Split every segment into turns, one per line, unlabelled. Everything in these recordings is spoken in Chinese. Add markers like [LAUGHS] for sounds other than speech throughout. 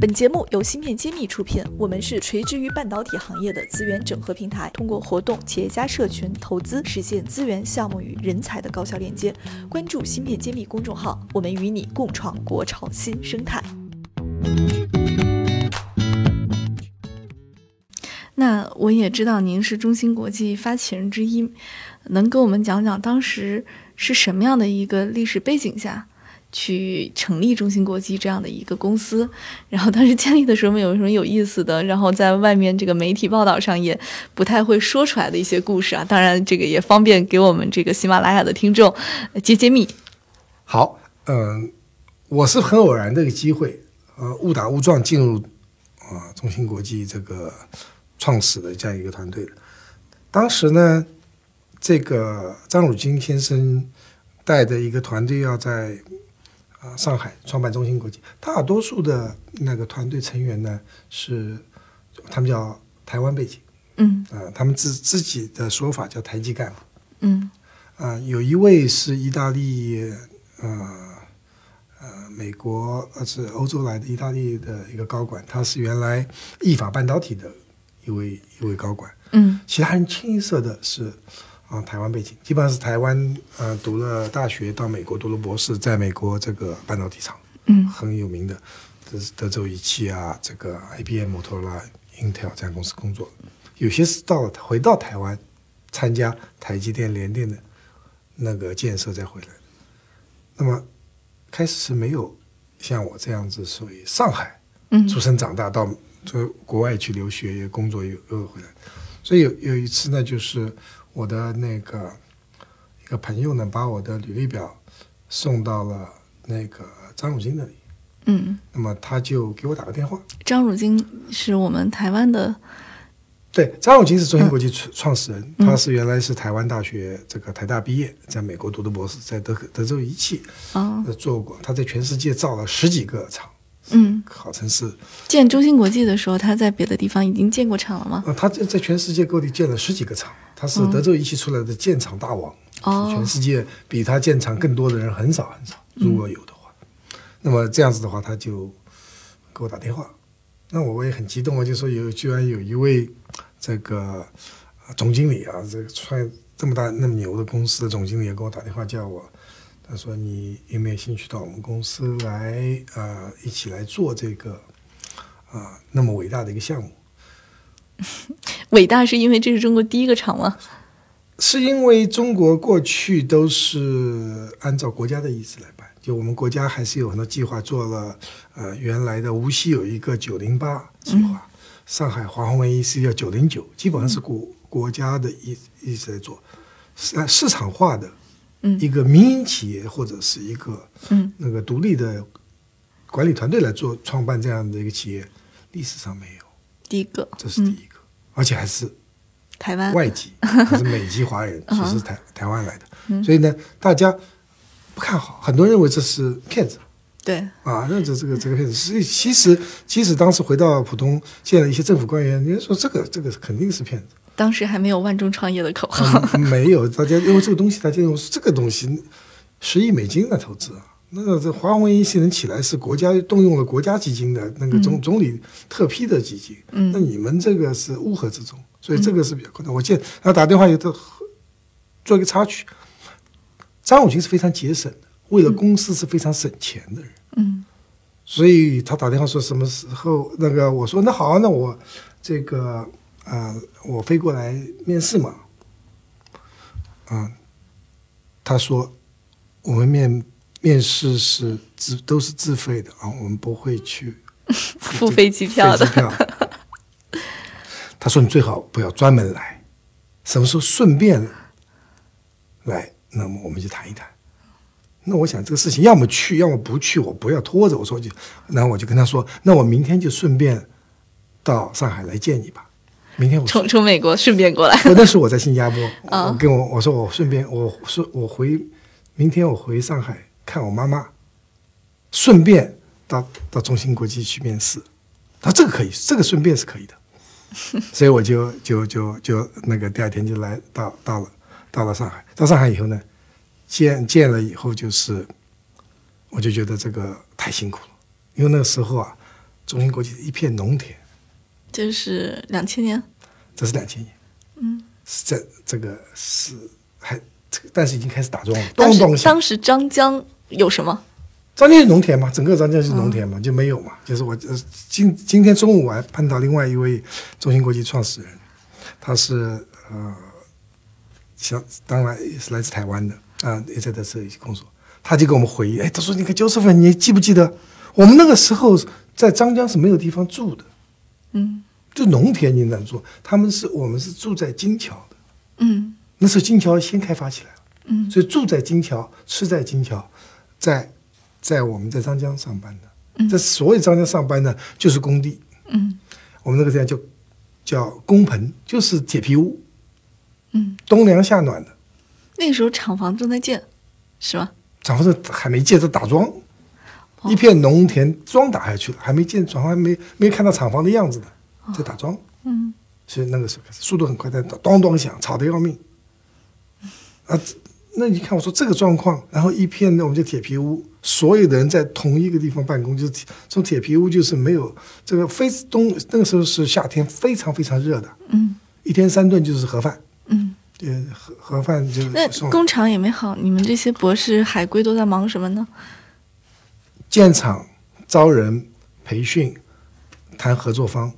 本节目由芯片揭秘出品，我们是垂直于半导体行业的资源整合平台，通过活动、企业家社群、投资，实现资源、项目与人才的高效链接。关注芯片揭秘公众号，我们与你共创国潮新生态。那我也知道您是中芯国际发起人之一，能给我们讲讲当时是什么样的一个历史背景下去成立中芯国际这样的一个公司？然后当时建立的时候有什么有意思的？然后在外面这个媒体报道上也不太会说出来的一些故事啊。当然，这个也方便给我们这个喜马拉雅的听众呃解解密。
好，嗯、呃，我是很偶然的一个机会，呃，误打误撞进入啊、呃、中芯国际这个。创始的这样一个团队当时呢，这个张汝京先生带的一个团队要在啊、呃、上海创办中芯国际，大多数的那个团队成员呢是他们叫台湾背景，
嗯，
啊、呃，他们自自己的说法叫台籍干部，
嗯，
啊、呃，有一位是意大利，呃呃，美国呃是欧洲来的意大利的一个高管，他是原来意法半导体的。一位一位高管，
嗯，
其他人清一色的是啊、呃、台湾背景，基本上是台湾呃读了大学到美国读了博士，在美国这个半导体厂，
嗯，
很有名的，德德州仪器啊，这个 IBM、摩托罗拉、Intel 这样公司工作，有些是到了回到台湾参加台积电、联电的那个建设再回来，那么开始是没有像我这样子属于上海，
嗯，
出生长大到。就国外去留学、也工作又又回来，所以有有一次呢，就是我的那个一个朋友呢，把我的履历表送到了那个张汝京那里。
嗯，
那么他就给我打个电话。
张汝京是我们台湾的，
对，张汝京是中芯国际创创始人，嗯、他是原来是台湾大学这个台大毕业，在美国读的博士，在德德州仪器
啊、
哦、做过，他在全世界造了十几个厂。
嗯，
好城市。
建中芯国际的时候，他在别的地方已经建过厂了吗？
呃，他在在全世界各地建了十几个厂，他是德州仪器出来的建厂大王，
哦、
全世界比他建厂更多的人很少很少，如果有的话。嗯、那么这样子的话，他就给我打电话，那我也很激动啊，就说有居然有一位这个总经理啊，这个创这么大那么牛的公司的总经理也给我打电话叫我。他说：“你有没有兴趣到我们公司来？呃，一起来做这个啊、呃、那么伟大的一个项目？
伟大是因为这是中国第一个厂吗？
是因为中国过去都是按照国家的意志来办，就我们国家还是有很多计划做了。呃，原来的无锡有一个九零八计划，
嗯、
上海华虹文艺是叫九零九，基本上是国、嗯、国家的一一直在做，市市场化的。”一个民营企业或者是一个
嗯
那个独立的管理团队来做创办这样的一个企业，历史上没有
第一个，
这是第一个，而且还是
台湾
外籍，还是美籍华人，其实台台湾来的，所以呢，大家不看好，很多人认为这是骗子，
对
啊，认为这个这个骗子，所以其实即使当时回到浦东见了一些政府官员，人家说这个这个肯定是骗子。
当时还没有万众创业的口 [LAUGHS] 号、
嗯，没有，大家因为这个东西，大家用这个东西，十亿美金的投资啊，那个这华虹一系能起来是国家动用了国家基金的那个总、
嗯、
总理特批的基金，
嗯，
那你们这个是乌合之众，所以这个是比较困难。嗯、我见他打电话也都做一个插曲，张永军是非常节省的，为了公司是非常省钱的人，
嗯，
所以他打电话说什么时候那个，我说那好啊，那我这个。啊、呃，我飞过来面试嘛，啊、呃，他说我们面面试是自都是自费的啊，我们不会去
付飞机票的。
票他说你最好不要专门来，什么时候顺便来，那么我们就谈一谈。那我想这个事情要么去，要么不去，我不要拖着。我说就，然后我就跟他说，那我明天就顺便到上海来见你吧。明天我
从从美国顺便过来，
[LAUGHS] 我那时候我在新加坡，
哦、
我跟我我说我顺便我说我回，明天我回上海看我妈妈，顺便到到中芯国际去面试，他这个可以，这个顺便是可以的，所以我就就就就那个第二天就来到到了到了上海，到上海以后呢，见见了以后就是，我就觉得这个太辛苦了，因为那个时候啊，中芯国际的一片农田，
这是两千年，
这是两千年，
嗯，
是这这个是还这个，但是已经开始打桩了，
当
咚
时
咚响。
当时张江有什么？
张江是农田嘛，整个张江
嗯
是农田嘛，就没有嘛。就是我呃今今天中午我还碰到另外一位中芯国际创始人，他是呃，想当然也是来自台湾的啊、也在在这里工作。他就跟我们回忆，哎，他说那个 Joseph，你记不记得我们那个时候在张江是没有地方住的，
嗯
就农田你难住，他们是我们是住在金桥的，
嗯
那时候金桥先开发起来了。
嗯
所以住在金桥，吃在金桥，在在我们在张江上班的，
嗯
在所有张江上班呢，就是工地，
嗯
我们那个地方叫叫工棚，就是铁皮屋，
嗯，
冬凉夏暖的。
那个时候厂房正在建，是吧？
厂房是还没建，是打桩，
哦
一片农田桩打下去了，还没建，厂房还没没看到厂房的样子呢，在打桩。
嗯
所以那个时候开始速度很快，但咚咚响，吵得要命。啊，这那你看我说这个状况，然后一片那我们就铁皮屋，所有的人在同一个地方办公，就是铁从铁皮屋就是没有这个非冬那个时候是夏天，非常非常热的，
嗯
一天三顿就是盒饭，
嗯。
呃，盒盒饭就
那
送
工厂也没好，你们这些博士海归都在忙什么呢？
建厂、招人、培训、谈合作方。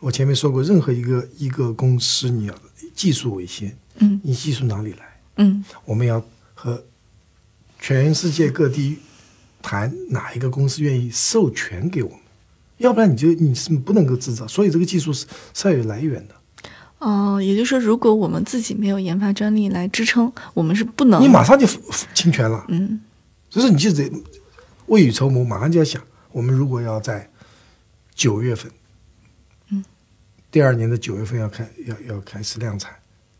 我前面说过，任何一个一个公司，你要技术为先，
嗯
你技术哪里来？
嗯
我们要和全世界各地谈哪一个公司愿意授权给我们，要不然你就你是不能够制造。所以这个技术是是要有来源的，
哦、也就是说，如果我们自己没有研发专利来支撑，我们是不能
你马上就侵权了，
嗯
所以说你就得未雨绸缪，马上就要想，我们如果要在九月份，
嗯，
第二年的九月份要开要要开始量产，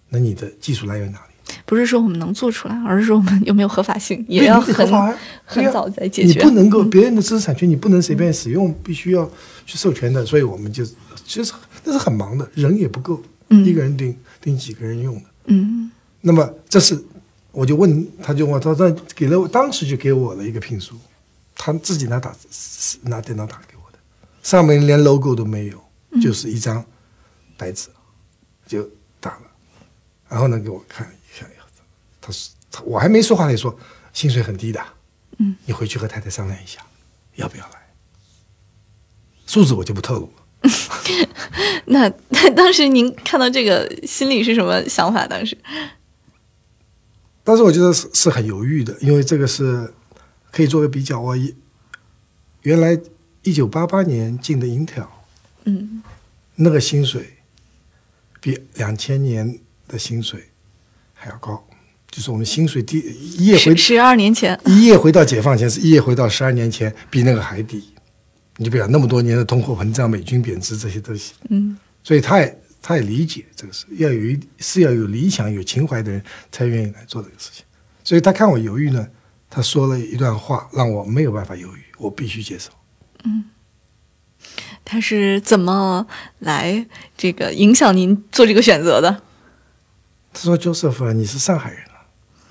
那你的技术来源哪里？
不是说我们能做出来，而是说我们有没有合法性，也
对
要
你得
很
合法呀对
很
呀
早再解决。
你不能够别人的知识产权，你不能随便使用，必须要去授权的。所以我们就其实那是很忙的，人也不够，
嗯
一个人顶顶几个人用的。
嗯
那么这是我就问他就问我他他给了我当时就给我了一个聘书，他自己拿打拿电脑打给我的，上面连 logo 都没
嗯
有，就是一张白纸，就打了，然后呢给我看一看，他说他我还没说话，他就说薪水很低的，
嗯，
你回去和太太商量一下，要不要来，数字我就不透露了。
那那当时您看到这个心里是什么想法？当时，
但是我觉得是是很犹豫的，因为这个是可以做个比较。我一原来一九八八年进的 Intel，
嗯
那个薪水比两千年的薪水还要高，就是我们薪水低一夜回
十十二年前，
一夜回到解放前，是一夜回到十二年前，比那个还低。你就不讲那么多年的通货膨胀、美军贬值这些东西，
嗯
所以他也他也理解这个事，要有一是要有理想、有情怀的人才愿意来做这个事情。所以他看我犹豫呢，他说了一段话，让我没有办法犹豫，我必须接受。
他是怎么来这个影响您做这个选择的？
他说：“Joseph，啊你是上海人啊？”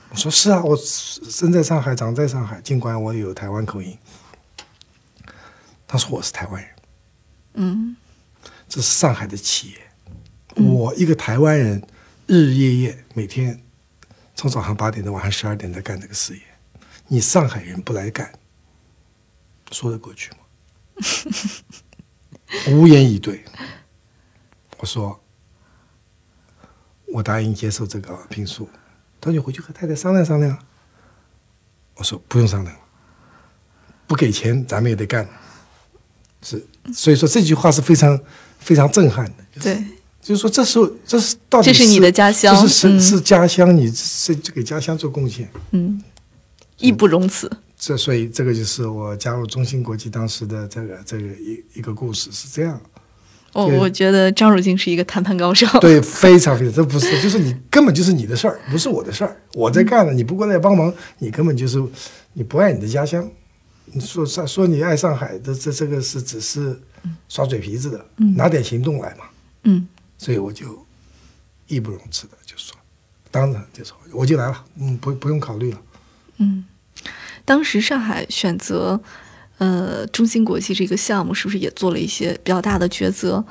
我说：“是啊，我生在上海，长在上海，尽管我有台湾口音。”他说：“我是台湾人，
嗯
这是上海的企业。我一个台湾人，日日夜夜每天从早上八点到晚上十二点在干这个事业，你上海人不来干，说得过去吗？无言以对。我说，我答应接受这个聘书，他说你回去和太太商量商量啊。我说不用商量了，不给钱咱们也得干。是，所以说这句话是非常非常震撼的。就是
对，
就是说，这时候这是到底
这是你的家乡
这是是
嗯
是家乡，你是是给家乡做贡献。
嗯，义不容辞。
这所以这个就是我加入中芯国际当时的这个这个一一个故事是这样。
我、
对
哦我觉得张汝京是一个谈判高手。
对，非常非常，这不是，就是你根本就是你的事儿，不是我的事儿，我在干了，你不过来帮忙，你根本就是你不爱你的家乡，你说说说你爱上海，这这这个是只是耍嘴皮子的，拿点行动来嘛。
嗯
所以我就义不容辞的就说，当然就说我就来了，嗯，不不用考虑了。
嗯，当时上海选择呃，中芯国际这个项目是不是也做了一些比较大的抉择？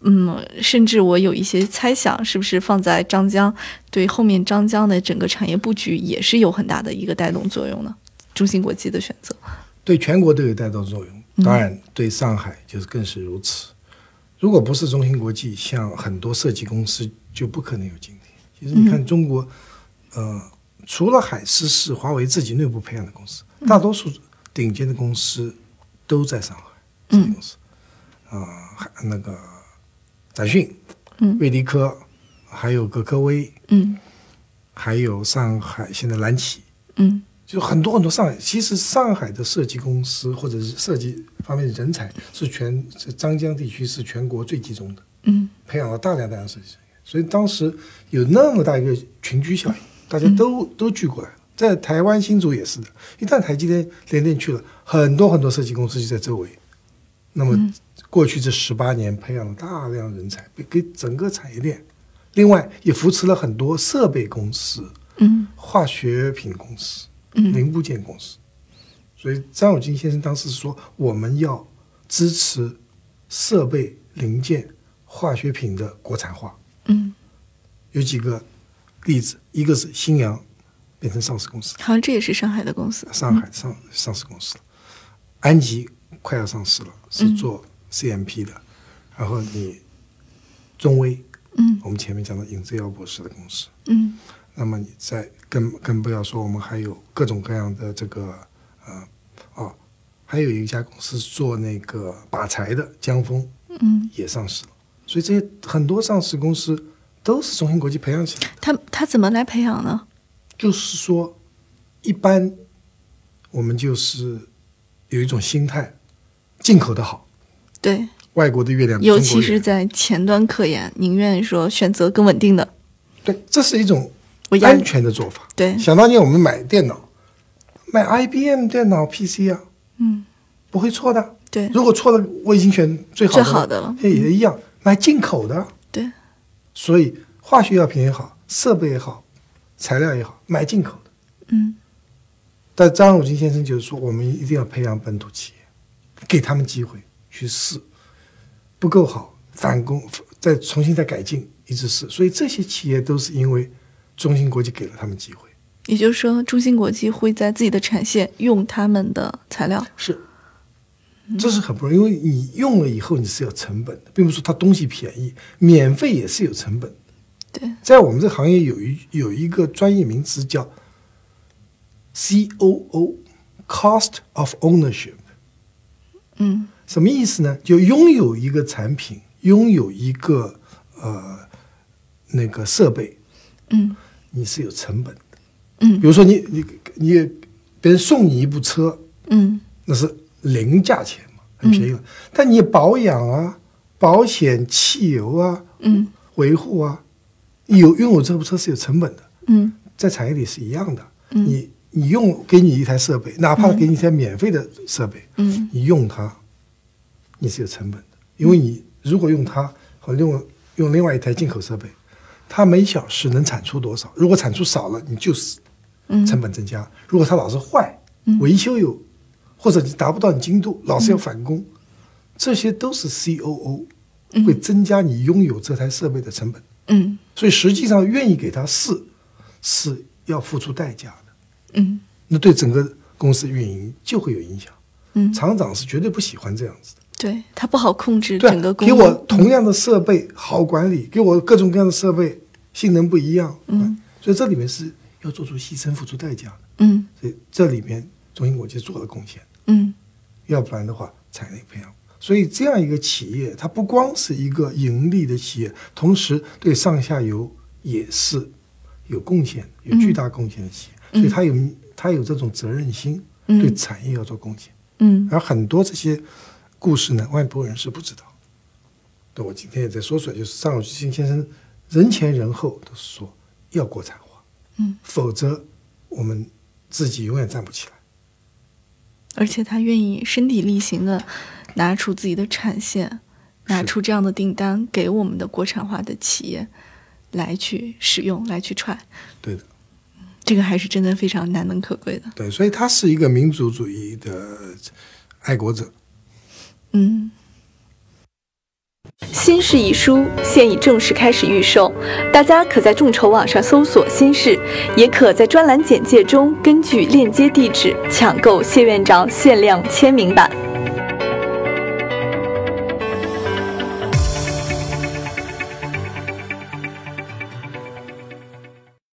嗯，甚至我有一些猜想，是不是放在张江对后面张江的整个产业布局也是有很大的一个带动作用呢？中芯国际的选择，
对全国都有带动作用，当然对上海就是更是如此。如果不是中芯国际，像很多设计公司就不可能有今天。其实你看中国，呃，除了海思是华为自己内部培养的公司，大多数顶尖的公司都在上海。这些公司，啊、还那个展讯、
嗯
瑞迪科，还有格科威，
嗯
还有上海现在蓝旗，
嗯
就很多很多上海，其实上海的设计公司或者是设计方面的人才是全是张江地区是全国最集中的，
嗯
培养了大量大量设计人员，所以当时有那么大一个群居效应，大家都、都聚过来了。在台湾新竹也是的，一旦台积电联电去了，很多很多设计公司就在周围。那么过去这十八年培养了大量人才，给整个产业链，另外也扶持了很多设备公司、
嗯
化学品公司。
嗯
零部件公司。所以张永金先生当时说，我们要支持设备零件、化学品的国产化。
嗯，
有几个例子，一个是新阳变成上市公司了，
好像这也是上海的公司。
上海上上市公司了，安吉快要上市了，
嗯
是做 CMP 的，然后你中威，
嗯
我们前面讲的尹志尧博士的公司，
嗯
那么你再更更不要说，我们还有各种各样的这个呃哦，还有一家公司做那个把柴的江峰
嗯，
也上市了，所以这些很多上市公司都是中芯国际培养起来的。
他他怎么来培养呢？
就是说，一般我们就是有一种心态，进口的好，
对，
外国的月亮比
尤
嗯中国
其
圆
是在前端科研，宁愿说选择更稳定的。
对，这是一种
我压
安全的做法。
对
想当年我们买电脑，买 IBM 电脑 PC 啊，
嗯，
不会错的。
对
如果错了，我已经选最好的
最好的了嗯
这也一样，买进口的。
对，
所以化学药品也好，设备也好，材料也好，买进口的。
嗯
但张汝京先生就是说，我们一定要培养本土企业，给他们机会去试，不够好返工，再重新再改进，一直试。所以这些企业都是因为中芯国际给了他们机会。
也就是说，中芯国际会在自己的产线用他们的材料。
是，这是很不容易，因为你用了以后你是有成本的，并不是说它东西便宜，免费也是有成本的。
对，
在我们这行业有一有一个专业名词叫 COO，Cost of Ownership，
嗯
什么意思呢？就拥有一个产品，拥有一个呃那个设备，
嗯
你是有成本的。
嗯
比如说你你你别人送你一部车，
嗯
那是零价钱嘛，很便宜了。但你保养啊、保险、汽油啊、
嗯
维护啊，有拥有这部车是有成本的，
嗯
在产业里是一样的。你你用给你一台设备，哪怕给你一台免费的设备，
嗯
你用它，你是有成本的，因为你如果用它和用用另外一台进口设备，它每小时能产出多少？如果产出少了，你就是
嗯
成本增加。如果它老是坏
嗯，
维修有，或者你达不到你精度，老是要返工，这些都是 COO 会增加你拥有这台设备的成本。
嗯
所以实际上愿意给他试，是要付出代价的。
嗯
那对整个公司运营就会有影响。
嗯，
厂长是绝对不喜欢这样子的。
对，它不好控制整个
对，
工
给我同样的设备好管理，给我各种各样的设备性能不一样。
嗯，
所以这里面是要做出牺牲、付出代价的。
嗯
所以这里面中芯国际做了贡献，
嗯
要不然的话产业培养。所以这样一个企业，它不光是一个盈利的企业，同时对上下游也是有贡献、有巨大贡献的企业。所以它有它有这种责任心，
嗯
对产业要做贡献。
嗯
而很多这些故事呢，外国人是不知道。对我今天也在说出来，就是张永新先生人前人后都是说要国产化，
嗯，
否则我们自己永远站不起来。
而且他愿意身体力行的拿出自己的产线，拿出这样的订单给我们的国产化的企业来去使用，来去踹，
对的，
这个还是真的非常难能可贵的。
对，所以它是一个民族主义的爱国者。
嗯，
新事一书现已正式开始预售，大家可在众筹网上搜索“新事”，也可在专栏简介中根据链接地址抢购谢院长限量签名版。